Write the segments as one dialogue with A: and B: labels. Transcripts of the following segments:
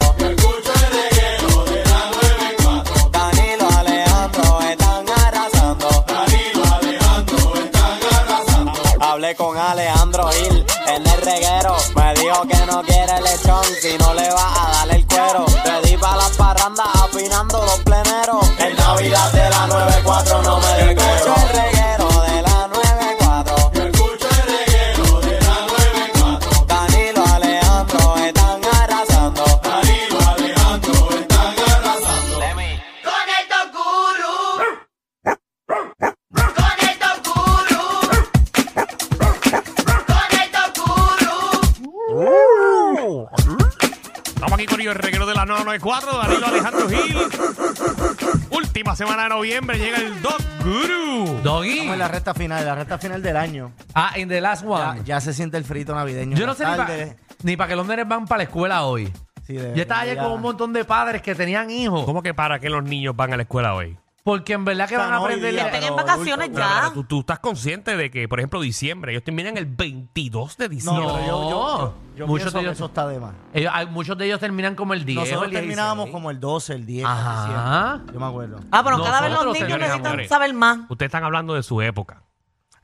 A: Danilo Alejandro están arrasando. Danilo Alejandro están arrasando. Hablé con Alejandro Gil en el reguero. Me dijo que no quiere lechón si no le va a dar el cuero. Te di pa' las parrandas afinando los pleneros. En Navidad de la 94 no me di cuero. el reguero de la 94. Danilo Alejandro están arrasando. Danilo Alejandro están arrasando.
B: Con el Toguru. Con el Toguru. Con el Toguru.
C: Estamos aquí con el reguero de la 994, Danilo Alejandro Gil. Última semana de noviembre llega el Dog Guru.
D: Doggy.
E: Estamos en la recta final, la recta final del año.
D: Ah, in the last
E: Ya,
D: one.
E: ya se siente el frito navideño.
D: Yo
E: en
D: no
E: la
D: sé ni para
E: tarde.
D: que los nenes van para la escuela hoy.
E: Sí, de
D: Yo estaba ayer
E: verdad,
D: con un montón de padres que tenían hijos.
C: ¿Cómo que para que los niños van a la escuela hoy?
D: Porque en verdad que
E: O sea,
D: van a
E: no hoy
D: aprender.
E: día,
F: Estén en
E: pero
F: vacaciones
E: adultos,
F: ya.
C: Pero tú, tú estás consciente de que, por ejemplo, diciembre, ellos terminan el 22 de
E: No,
C: diciembre.
E: no, pero yo, yo, yo
D: Muchos
E: pienso
D: de
E: que
D: ellos-
E: eso está de más.
D: Ellos- hay- muchos de ellos terminan como el 10. o
E: Nosotros
D: el 16.
E: terminábamos como el 12, el 10.
D: Ajá.
E: casi siempre. Yo me acuerdo.
F: Ah, pero cada vez los
D: Nosotros,
F: niños
D: señores,
F: necesitan
C: amores.
F: saber más.
C: Ustedes están hablando de su época.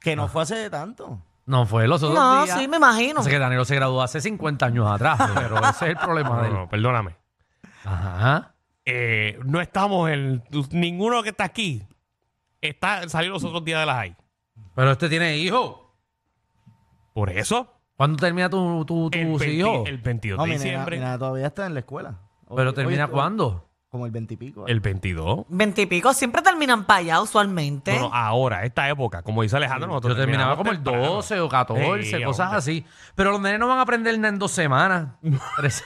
E: Que no fue hace tanto.
D: No fue los otros
F: No,
D: días.
F: sí, me imagino.
D: No sé que Danilo se graduó hace 50 años atrás, pero ese es el
E: Ah,
D: problema
C: No,
D: de
C: no,
D: él.
C: no, perdóname.
D: Ajá.
C: Eh, no estamos en. tú- Ninguno que está aquí está salió los otros días de las hay.
D: Pero este tiene hijos.
C: Por eso,
D: ¿Cuándo termina tu, tu,
C: el,
D: tus
C: 20
D: hijos?
C: el 22
E: No,
C: de
E: mi nena,
C: diciembre.
E: mi nena todavía está en la escuela. Hoy-
D: ¿Pero
E: hoy
D: termina
E: estuvo-
D: cuándo?
E: Como el 20 y pico.
C: El 22.
F: Veintipico siempre terminan para allá usualmente.
C: No, ah, no, ahora, esta época, como dice Alejandro, nosotros
D: Yo terminaba como el
C: terminamos
D: 12 o
C: temprano.
D: 14,
C: Sí,
D: cosas
C: hombre.
D: así. Pero los nenes no van a aprender nada en dos semanas. Tres.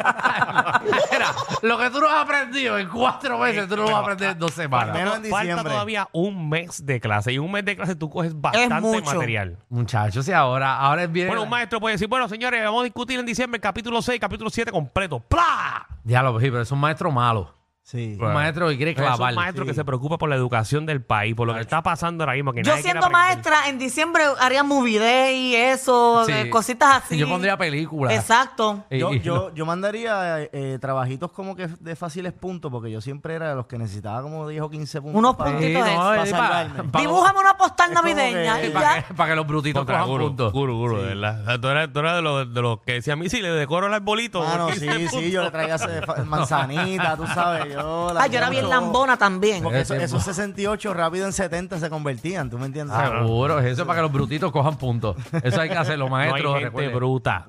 D: Mira, lo que tú no has aprendido en cuatro meses, tú no lo vas a aprender en dos semanas.
E: Menos en
C: Falta
E: diciembre.
C: todavía un mes de clase y un mes de clase tú coges bastante
F: mucho.
C: material.
D: Muchachos, y ahora, ahora es bien.
C: Bueno, un maestro puede decir, bueno, señores, vamos a discutir en diciembre el capítulo 6, capítulo 7 completo. ¡Pla!
D: Ya lo pero es un maestro malo.
E: Sí.
D: Un maestro que quiere
C: Es
D: clavar.
C: un maestro que se preocupa por la educación del país, por lo que está pasando ahora mismo. Que
F: Yo
C: nadie quiere
F: siendo
C: aprender.
F: maestra, en diciembre haría movie day y eso,
D: Sí.
F: eh, cositas así.
D: Yo pondría películas.
F: Exacto.
D: Y-
E: Yo,
D: y-
E: yo, yo mandaría eh, eh, trabajitos como que de fáciles puntos, porque yo siempre era de los que necesitaba como 10 o 15 puntos.
F: Unos
E: para-
D: Sí,
F: puntitos
D: no,
F: extra,
D: y
E: pa' salvarme.
D: pa-
F: Dibújame una postal
E: Es como
F: navideña
E: que-
F: y
D: Para
F: ya.
D: que, para que los brutitos
C: Contra
D: cojan
C: guru,
D: puntos.
C: guru, guru, de verdad. O sea, Tú eras, tú eras de, los, de los que decía a mí, sí, le decoro el arbolito.
E: Ah, no,
C: porque
E: sí,
C: ese punto-
E: sí, yo le traía ese fa- manzanita, tú sabes, yo... la-
F: Ah, yo era bien lambona también.
E: Porque
D: Eh,
E: eso-
D: tiempo.
E: esos 68 rápido en 70 se convertían, ¿tú me entiendes?
D: Ah, Seguro, eso es para que los brutitos cojan puntos. Eso hay que hacerlo,
C: No hay
D: maestro.
C: gente
D: recuerde.
C: bruta.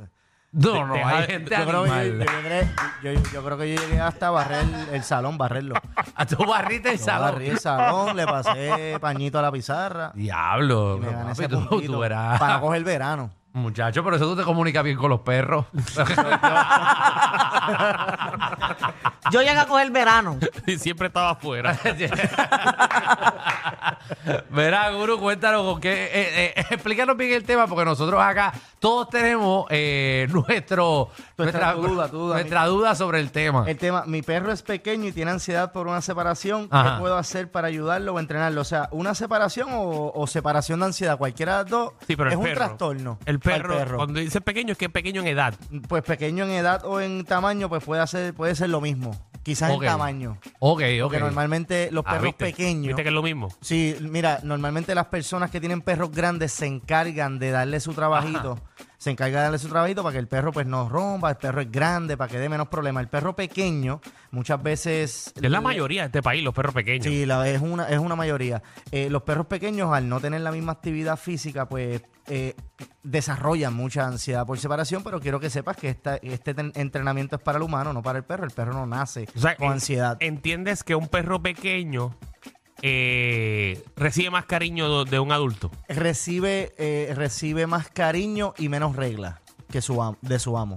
D: No, no,
C: Deja-
D: hay gente
E: yo, creo que yo, yo
D: animal.
E: llegué, yo, yo creo que yo llegué hasta barrer el, el salón, barrerlo.
D: A tu barrita el
E: Yo
D: salón.
E: barrí el salón, le pasé pañito a la pizarra
D: Diablo.
E: y me gané
D: papi,
E: ese
D: tú-
E: puntito
D: tú verás.
E: para no coger verano.
D: Muchacho, pero eso tú te comunicas bien con los perros.
F: Yo llegué a coger verano.
C: Y siempre estaba afuera.
D: Verá, Guru, cuéntanos con qué. eh, eh, explícanos bien el tema, porque nosotros acá todos tenemos eh, nuestro,
E: Nuestra duda, duda,
D: nuestra duda sobre el tema.
E: El tema, mi perro es pequeño y tiene ansiedad por una separación, ¿qué
D: Ajá.
E: puedo hacer para ayudarlo o entrenarlo? O sea, una separación o, o separación de ansiedad, cualquiera de las dos,
C: Sí, pero
E: es
C: el
E: un
C: perro,
E: trastorno.
C: El
E: para
C: perro, cuando dice pequeño, es que es pequeño en edad.
E: Pues pequeño en edad o en tamaño, pues puede, hacer, puede ser lo mismo, quizás
D: Ok.
E: en tamaño.
D: Ok, ok.
E: Porque normalmente los
C: Ah,
E: perros
C: ¿viste?
E: pequeños.
C: ¿Viste que es lo mismo?
E: Sí, mira, normalmente las personas que tienen perros grandes se encargan de darle su trabajito. Se encarga de darle su trabajito para que el perro pues no rompa, el perro es grande, para que dé menos problemas. El perro pequeño muchas veces...
C: Es la
E: le-
C: mayoría de este país, los perros pequeños.
E: Sí, la, es, una, es una mayoría. Eh, los perros pequeños, al no tener la misma actividad física, pues eh, desarrollan mucha ansiedad por separación, pero quiero que sepas que esta- este ten- entrenamiento es para el humano, no para el perro. El perro no nace
C: O sea,
E: con
C: en-
E: ansiedad.
C: Entiendes que un perro pequeño eh, recibe más cariño de un adulto.
E: recibe, eh, recibe más cariño y menos reglas que su am- de su amo.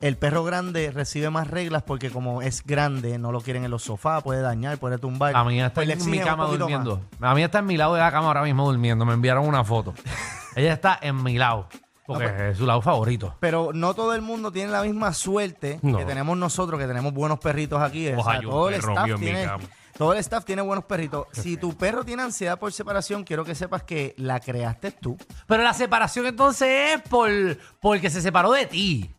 E: El perro grande recibe más reglas porque como es grande, no lo quieren en los sofás, puede dañar, puede tumbar.
D: La mía está
E: Pues le
D: en mi
E: exigen un
D: cama
E: poquito más.
D: durmiendo. La mía está en mi lado de la cama ahora mismo durmiendo. Me enviaron una foto. Ella está en mi lado. Porque
E: pues.
D: es su lado favorito.
E: Pero no todo el mundo tiene la misma suerte
D: No.
E: que tenemos nosotros, que tenemos buenos perritos aquí. O
C: Ojalá
E: sea,
C: yo un
E: todo el
C: perro mío
E: staff
C: en mi
E: tiene.
C: cama.
E: Todo el staff tiene buenos perritos. Si tu perro tiene ansiedad por separación, quiero que sepas que la creaste tú.
D: Pero la separación entonces es por porque se separó de ti.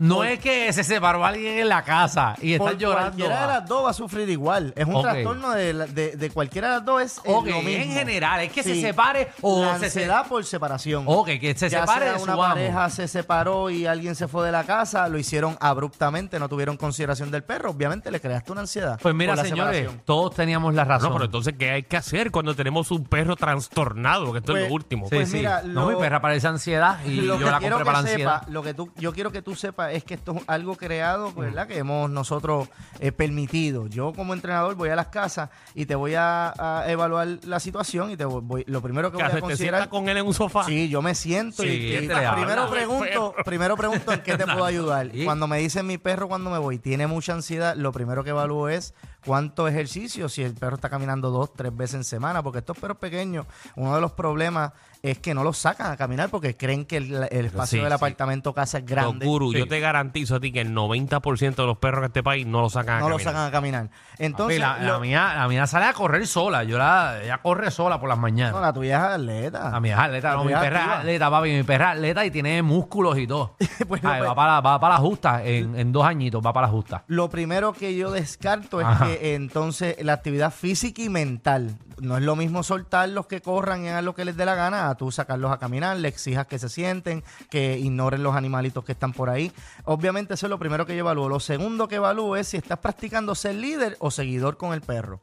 D: No es que se separó alguien en la casa y
E: Por
D: están llorando.
E: Cualquiera de las dos va a sufrir igual. Es un
D: Ok.
E: trastorno de, la- de- de cualquiera de las dos. Es eh,
D: Ok,
E: lo mismo.
D: en general, es que se
E: Sí.
D: separe o
E: la
D: se se-
E: ansiedad por separación.
D: Ok, que se
E: Ya
D: separe
E: sea
D: de su
E: una
D: amo.
E: pareja se separó y alguien se fue de la casa, lo hicieron abruptamente, no tuvieron consideración del perro. Obviamente le creaste una ansiedad.
D: Pues mira,
E: por la
D: señores,
E: separación.
D: todos teníamos la razón.
C: No, pero entonces, ¿qué hay que hacer cuando tenemos un perro trastornado? Que esto es
E: Pues-
C: lo último.
D: Sí,
E: pues
D: sí.
E: mira,
D: no,
E: lo-
D: mi perra parece ansiedad y
E: lo
D: yo
E: que
D: la
E: quiero
D: compré
E: que
D: para la
E: sepa,
D: ansiedad. Mm.
E: lo que tú, yo quiero que tú sepas es que esto es algo creado, pues, ¿verdad? Que hemos nosotros eh, permitido. Yo como entrenador voy a las casas y te voy a, a evaluar la situación y te voy, voy- lo primero que
C: ¿Qué
E: voy a
C: haces? ¿Te sientas
E: considerar.
C: con él en un sofá?
E: Sí, yo me siento y-
D: Sí,
E: y,
D: este le
E: primero
C: habla.
E: pregunto, primero pregunto en qué te puedo ayudar.
D: Sí.
E: Cuando me dicen mi perro cuando me voy tiene mucha ansiedad, lo primero que evalúo es cuánto ejercicio, si el perro está caminando dos, tres veces en semana, porque estos perros pequeños, uno de los problemas es que no los sacan a caminar porque creen que el, el espacio
C: Sí,
E: del
C: sí.
E: apartamento casa es
C: Pero,
E: grande.
C: Guru,
D: Sí.
C: yo te garantizo a ti que el 90% de los perros en este país no lo sacan a
E: No lo
C: caminar.
E: sacan a caminar.
D: Papi,
E: Entonces,
D: la, la
E: lo-
D: mía, la mía sale a correr sola. Yo la, ella corre sola por las mañanas.
E: no, la tuya es atleta.
D: A mi atleta,
E: La
D: no, mi
E: tuya es
D: perra es
E: activa.
D: atleta, papi, mi perra es atleta y tiene músculos y todo.
E: Bueno,
D: Ay, va,
E: pues-
D: para, va para la justa, en, en dos añitos va para la justa.
E: Lo primero que yo descarto es
D: Ajá.
E: que entonces la actividad física y mental. No es lo mismo soltarlos que corran y hagan lo que les dé la gana a tú sacarlos a caminar, le exijas que se sienten, que ignoren los animalitos que están por ahí. Obviamente eso es lo primero que yo evalúo. Lo segundo que evalúo es si estás practicando ser líder o seguidor con el perro.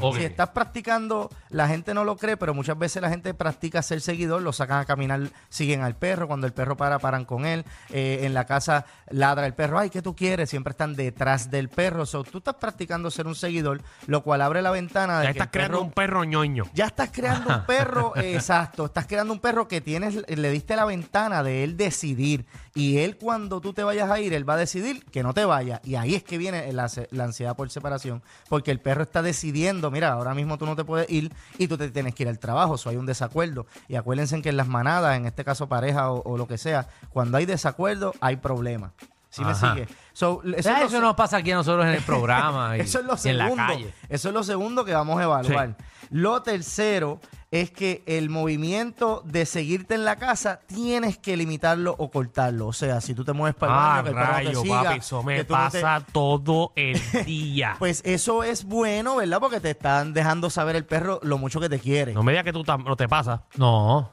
D: Ok.
E: Si estás practicando, la gente no lo cree, pero muchas veces la gente practica ser seguidor, lo sacan a caminar, siguen al perro, cuando el perro para, paran con él, eh, en la casa ladra el perro, ay, ¿qué tú quieres? Siempre están detrás del perro, so, tú estás practicando ser un seguidor, lo cual abre la ventana de
C: Ya
E: que
C: estás
E: el
C: creando
E: perro-
C: un perro ñoño.
E: ya estás creando un perro, eh, exacto, estás creando un perro que tienes, le diste la ventana de él decidir y él cuando tú te vayas a ir, él va a decidir que no te vayas y ahí es que viene la, ansi- la ansiedad por separación, porque el perro está decidiendo, mira, ahora mismo tú no te puedes ir y tú te tienes que ir al trabajo, o hay un desacuerdo y acuérdense que en las manadas, en este caso pareja o, o lo que sea, cuando hay desacuerdo hay problemas. ¿Sí
D: Ajá.
E: me sigue? So, eso
D: Ah, Eso,
E: es lo-
D: nos pasa aquí a nosotros en el programa y,
E: eso es lo
D: y en la
E: segundo.
D: calle.
E: Eso es lo segundo que vamos a evaluar. Lo tercero es que el movimiento de seguirte en la casa tienes que limitarlo o cortarlo. O sea, si tú te mueves para el
C: Ah,
E: baño, pues, que el perro no te
C: rayo,
E: siga,
C: papi, eso me
E: que tú no te-
C: pasa todo el día.
E: Pues eso es bueno, ¿verdad? Porque te están dejando saber el perro lo mucho que te quiere.
C: no me digas que tú tam- no te pasa.
D: No,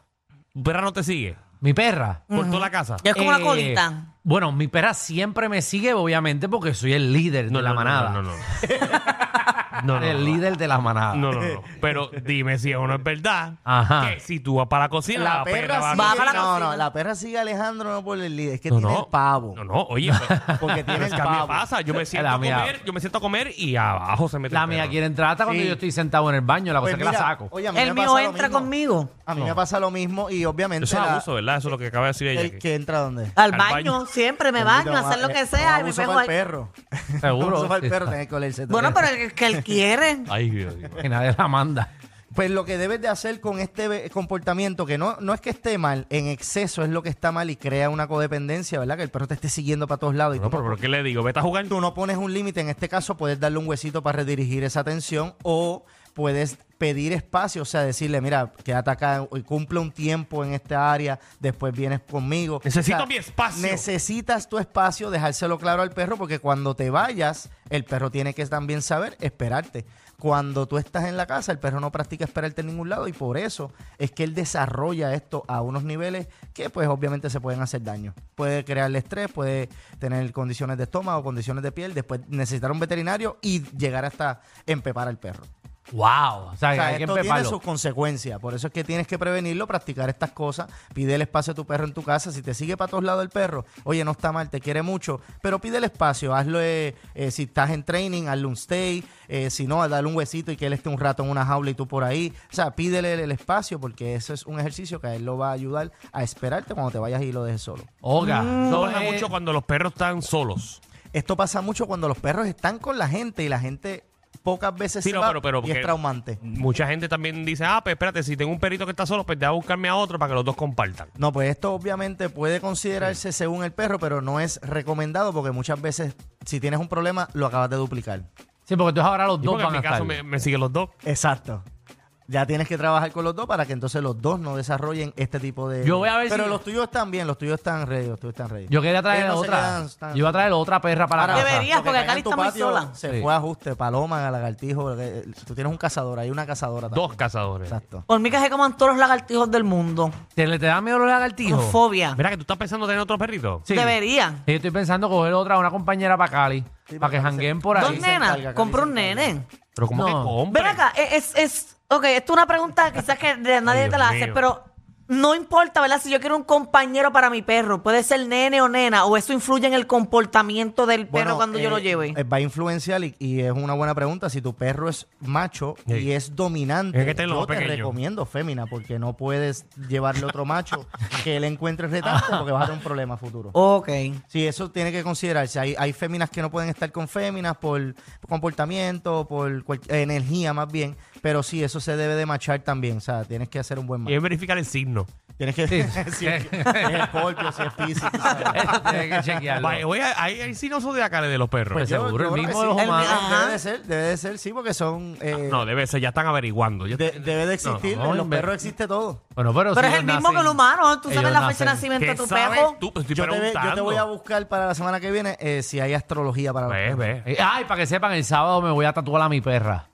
C: Tu perra no te sigue
D: mi perra.
C: por toda la casa.
F: Es como
D: Eh,
F: una colita.
D: Bueno, mi perra siempre me sigue, obviamente, porque soy el líder de la manada.
C: No, no, no. No, no, no.
D: el líder de la manada.
C: No, no, no. Pero dime si eso no es verdad.
D: Ajá.
C: Que si tú vas para la cocina, la, perra, va a
E: sigue-
F: Va para la
E: no, no,
F: cocina.
E: la perra sigue a Alejandro no por el líder, es que
C: No,
E: tiene
C: no.
E: el pavo.
C: No, no, oye. pero-
E: Porque tiene
C: pero es
E: el
C: que a mí me
E: pavo.
C: pasa. Yo me siento
D: La
C: a
D: mía.
C: comer, yo me siento a comer y abajo se mete
D: La
C: el
D: mía
C: perro.
D: quiere entrar hasta cuando
E: Sí.
D: yo estoy sentado en el baño, la cosa
E: Pues
D: es que la
E: mira,
D: saco.
E: oye, a mí
F: El
E: me
F: mío
E: pasa lo
F: entra
E: mismo.
F: conmigo.
E: A mí
C: No.
E: me pasa lo mismo y obviamente
C: Eso es
E: la-
C: abuso, ¿verdad? Eso es lo que acaba de decir ella.
E: el que entra donde
C: Al
F: Al baño,
C: baño.
F: siempre me baño, hacer
E: eh,
F: lo que sea. y me
E: abuso
F: pego
E: para
F: ahí.
E: el perro.
D: Seguro.
E: Abuso para el perro,
D: Sí.
E: tenés que olerse.
F: Bueno, pero el que él quiere.
C: Ay, Dios mío.
D: Que nadie la manda.
E: Pues lo que debes de hacer con este be- comportamiento, que no, no es que esté mal, en exceso es lo que está mal y crea una codependencia, ¿verdad? Que el perro te esté siguiendo para todos lados. Y
C: No,
E: tú,
C: pero, pero ¿qué le digo? Vete a jugar.
E: no, tú no pones un límite, en este caso puedes darle un huesito para redirigir esa atención o puedes pedir espacio, o sea, decirle, mira, quédate acá y cumple un tiempo en esta área, después vienes conmigo.
C: Necesito
E: O sea,
C: mi espacio.
E: Necesitas tu espacio, dejárselo claro al perro, porque cuando te vayas, el perro tiene que también saber esperarte. Cuando tú estás en la casa, el perro no practica esperarte en ningún lado y por eso es que él desarrolla esto a unos niveles que pues obviamente se pueden hacer daño. Puede crearle estrés, puede tener condiciones de estómago, condiciones de piel, después necesitar un veterinario y llegar hasta empepar al perro.
D: Wow. O sea,
E: O sea,
D: hay que
E: esto tiene
D: empeparlo.
E: sus consecuencias. Por eso es que tienes que prevenirlo, practicar estas cosas. Pide el espacio a tu perro en tu casa. Si te sigue para todos lados el perro, oye, no está mal, te quiere mucho, pero pide el espacio. Hazlo eh, eh, si estás en training, hazle un stay. Eh, si no, dale un huesito y que él esté un rato en una jaula y tú por ahí. O sea, pídele el, el espacio porque eso es un ejercicio que a él lo va a ayudar a esperarte cuando te vayas y lo dejes solo.
D: Oiga,
C: Eso Mm.
D: no eh.
C: pasa
D: es-
C: mucho cuando los perros están solos.
E: Esto pasa mucho cuando los perros están con la gente y la gente pocas veces
C: Sí,
E: se
C: no,
E: va
C: pero- pero
E: y es
C: porque-
E: traumante.
C: Mucha gente también dice, ah, pues espérate, si tengo un perrito que está solo, pues déjame buscarme a otro para que los dos compartan.
E: No, pues esto obviamente puede considerarse según el perro, pero no es recomendado porque muchas veces si tienes un problema lo acabas de duplicar.
D: Sí, porque entonces ahora los
C: Y
D: dos
C: porque en
D: van a
C: mi caso me,
D: estar.
C: me siguen los dos.
E: Exacto. Ya tienes que trabajar con los dos para que entonces los dos no desarrollen este tipo de...
D: Yo voy a ver
E: Pero
D: si-
E: los tuyos están bien, los tuyos están ready, los tuyos están ready.
D: Yo quería traer
E: Ellos no se
D: otra.
E: quedan tan-
D: Yo iba a traer otra perra para la
E: Ahora,
D: casa.
F: Deberías,
E: lo que
F: porque
E: caiga
F: Cali
E: en tu
F: está muy
E: patio
F: sola.
E: Se
D: Sí.
E: fue a ajuste, paloma, lagartijo. eh, Tú tienes un cazador, hay una cazadora. también.
C: Dos cazadores.
E: Exacto.
F: Hormigas se coman todos los lagartijos del mundo.
D: ¿Te, le- te da miedo los lagartijos?
F: Con fobia.
C: Mira que tú estás pensando tener otro perrito.
D: Sí.
F: Deberían.
D: Y yo estoy pensando coger otra, una compañera para Cali. para
E: Sí,
D: que
E: para que se-
D: jangueen por
E: Dos
D: ahí.
F: Dos
E: se encarga,
F: nenas. Compra
E: Cali
F: un
E: se encarga.
F: nene.
C: Pero como
D: No.
C: que compren.
F: Ven acá, eh, es, es, ok, esto es una pregunta quizás que de nadie
C: Dios
F: te la hace,
C: mío.
F: pero no importa, ¿verdad? Si yo quiero un compañero para mi perro, puede ser nene o nena, o eso influye en el comportamiento del perro
E: Bueno,
F: cuando yo
E: eh,
F: lo lleve.
E: eh, Va a influenciar y, y es una buena pregunta. Si tu perro es macho
C: Sí.
E: y es dominante,
C: Es que tenlo
E: yo te
C: pequeño.
E: recomiendo fémina porque no puedes llevarle otro macho que él encuentre retante porque vas a tener un problema futuro.
F: ok.
E: Sí, eso tiene que considerarse. Hay, hay féminas que no pueden estar con féminas por comportamiento, por cual- eh, energía más bien, pero sí, eso se debe de machar también. O sea, tienes que hacer un buen
C: Y es
E: macho.
C: verificar el signo.
E: Tienes que
D: Sí.
E: si es, si es Scorpio, si es Piscis, tú sabes.
D: Tienes que chequearlo.
C: Vaya, oye, hay, hay signos zodiacales de los perros.
D: Pues,
E: Yo-
D: seguro,
E: yo
D: el
E: creo que
D: mismo
E: sí.
D: de los
E: El-
D: humanos. Ah,
E: Debe de ser, debe de ser, sí, porque son... eh,
C: no, debe ser, ya están averiguando. Ya-
E: De- debe de existir.
D: No,
E: en los
D: hombre.
E: perros existe todo.
D: Bueno, pero
F: Pero
D: si
F: es el
D: ellos
F: mismo que el
D: nacen-
F: humano, tú sabes
D: ellos
F: la fecha de
D: nacen-
F: nacimiento de
C: ¿Qué
F: tu
C: sabes
F: perro.
C: tú? Pues estoy
E: Yo te, ve- yo te
C: preguntando.
E: voy a buscar para la semana que viene eh, si hay astrología para los
C: Ve,
E: perros.
C: ve.
D: Eh, Ay, para que sepan, el sábado me voy a tatuar a mi perra.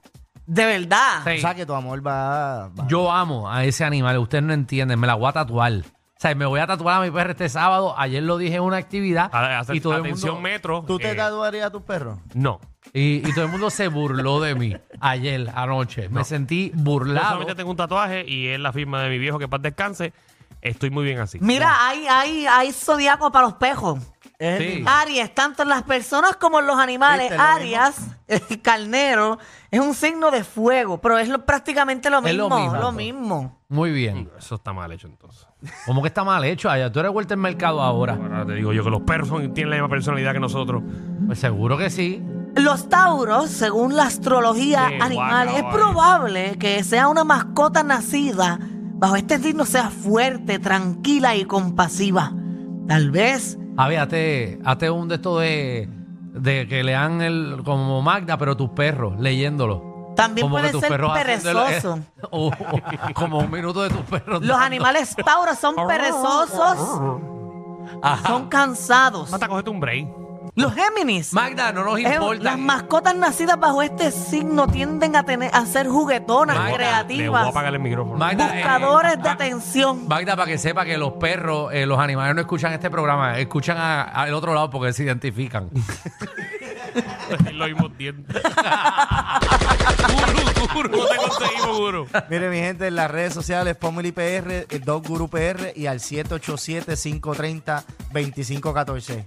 F: De verdad.
D: Sí.
E: O sea que tu amor va. va-
D: Yo amo a ese animal, ustedes no entienden, me la voy a tatuar. O sea, me voy a tatuar a mi perra este sábado. Ayer lo dije en una actividad.
C: A- a-
D: y, todo el
C: atención,
D: mundo,
C: metro.
E: ¿Tú te
C: eh,
E: tatuarías a tus perros?
C: No.
D: y, y todo el mundo se burló de mí ayer, anoche. Me sentí burlado.
C: Solamente tengo un tatuaje y es la firma de mi viejo que paz descanse. Estoy muy bien así.
F: Mira, hay, hay, hay zodiaco para los pejos.
E: Es
D: Sí.
E: el-
F: Aries, tanto en las personas como en los animales.
E: Viste, es lo
F: Arias, el carnero, es un signo de fuego, pero es lo- prácticamente lo
D: Es lo
F: mismo.
D: mismo. pues.
F: lo mismo.
D: Muy bien.
C: Eso está mal hecho entonces.
D: ¿Cómo que está mal hecho? Allá tú eres vuelta al mercado ahora.
C: Ahora te digo yo que los perros son- tienen la misma personalidad que nosotros.
D: Pues seguro que sí.
F: Los tauros, según la astrología
C: Sí,
F: animal,
C: guácala,
F: es
C: vaya.
F: probable que sea una mascota nacida bajo este signo sea fuerte, tranquila y compasiva. Tal vez
D: A ver, hazte, hazte un de esto de, de que lean el, como Magda, pero tus perros, leyéndolo.
F: También
D: como
F: puede
D: que tus
F: ser
D: perros haciendo el-
F: perezoso.
D: o- o- Oh, como un minuto de tus perros.
F: los
D: dando-
F: animales tauros son perezosos, son cansados.
C: Hasta cogete un break.
F: Los Géminis.
D: Magda, no nos
F: Eh,
D: importa.
F: Las mascotas nacidas bajo este signo tienden a tener a ser juguetonas,
D: Magda,
C: Le voy a
F: creativas,
C: apagar el micrófono.
D: Magda, eh,
F: buscadores de
D: Ma-
F: atención.
D: Magda, para que sepa que los perros, eh, los animales no escuchan este programa, escuchan a- al otro lado porque se identifican.
C: Los mismos dientes. guru, guru, no te conseguimos, guru.
E: Mire, mi gente, en las redes sociales, ponme el IPR, el Dog Guru PR y al 787-530-2514.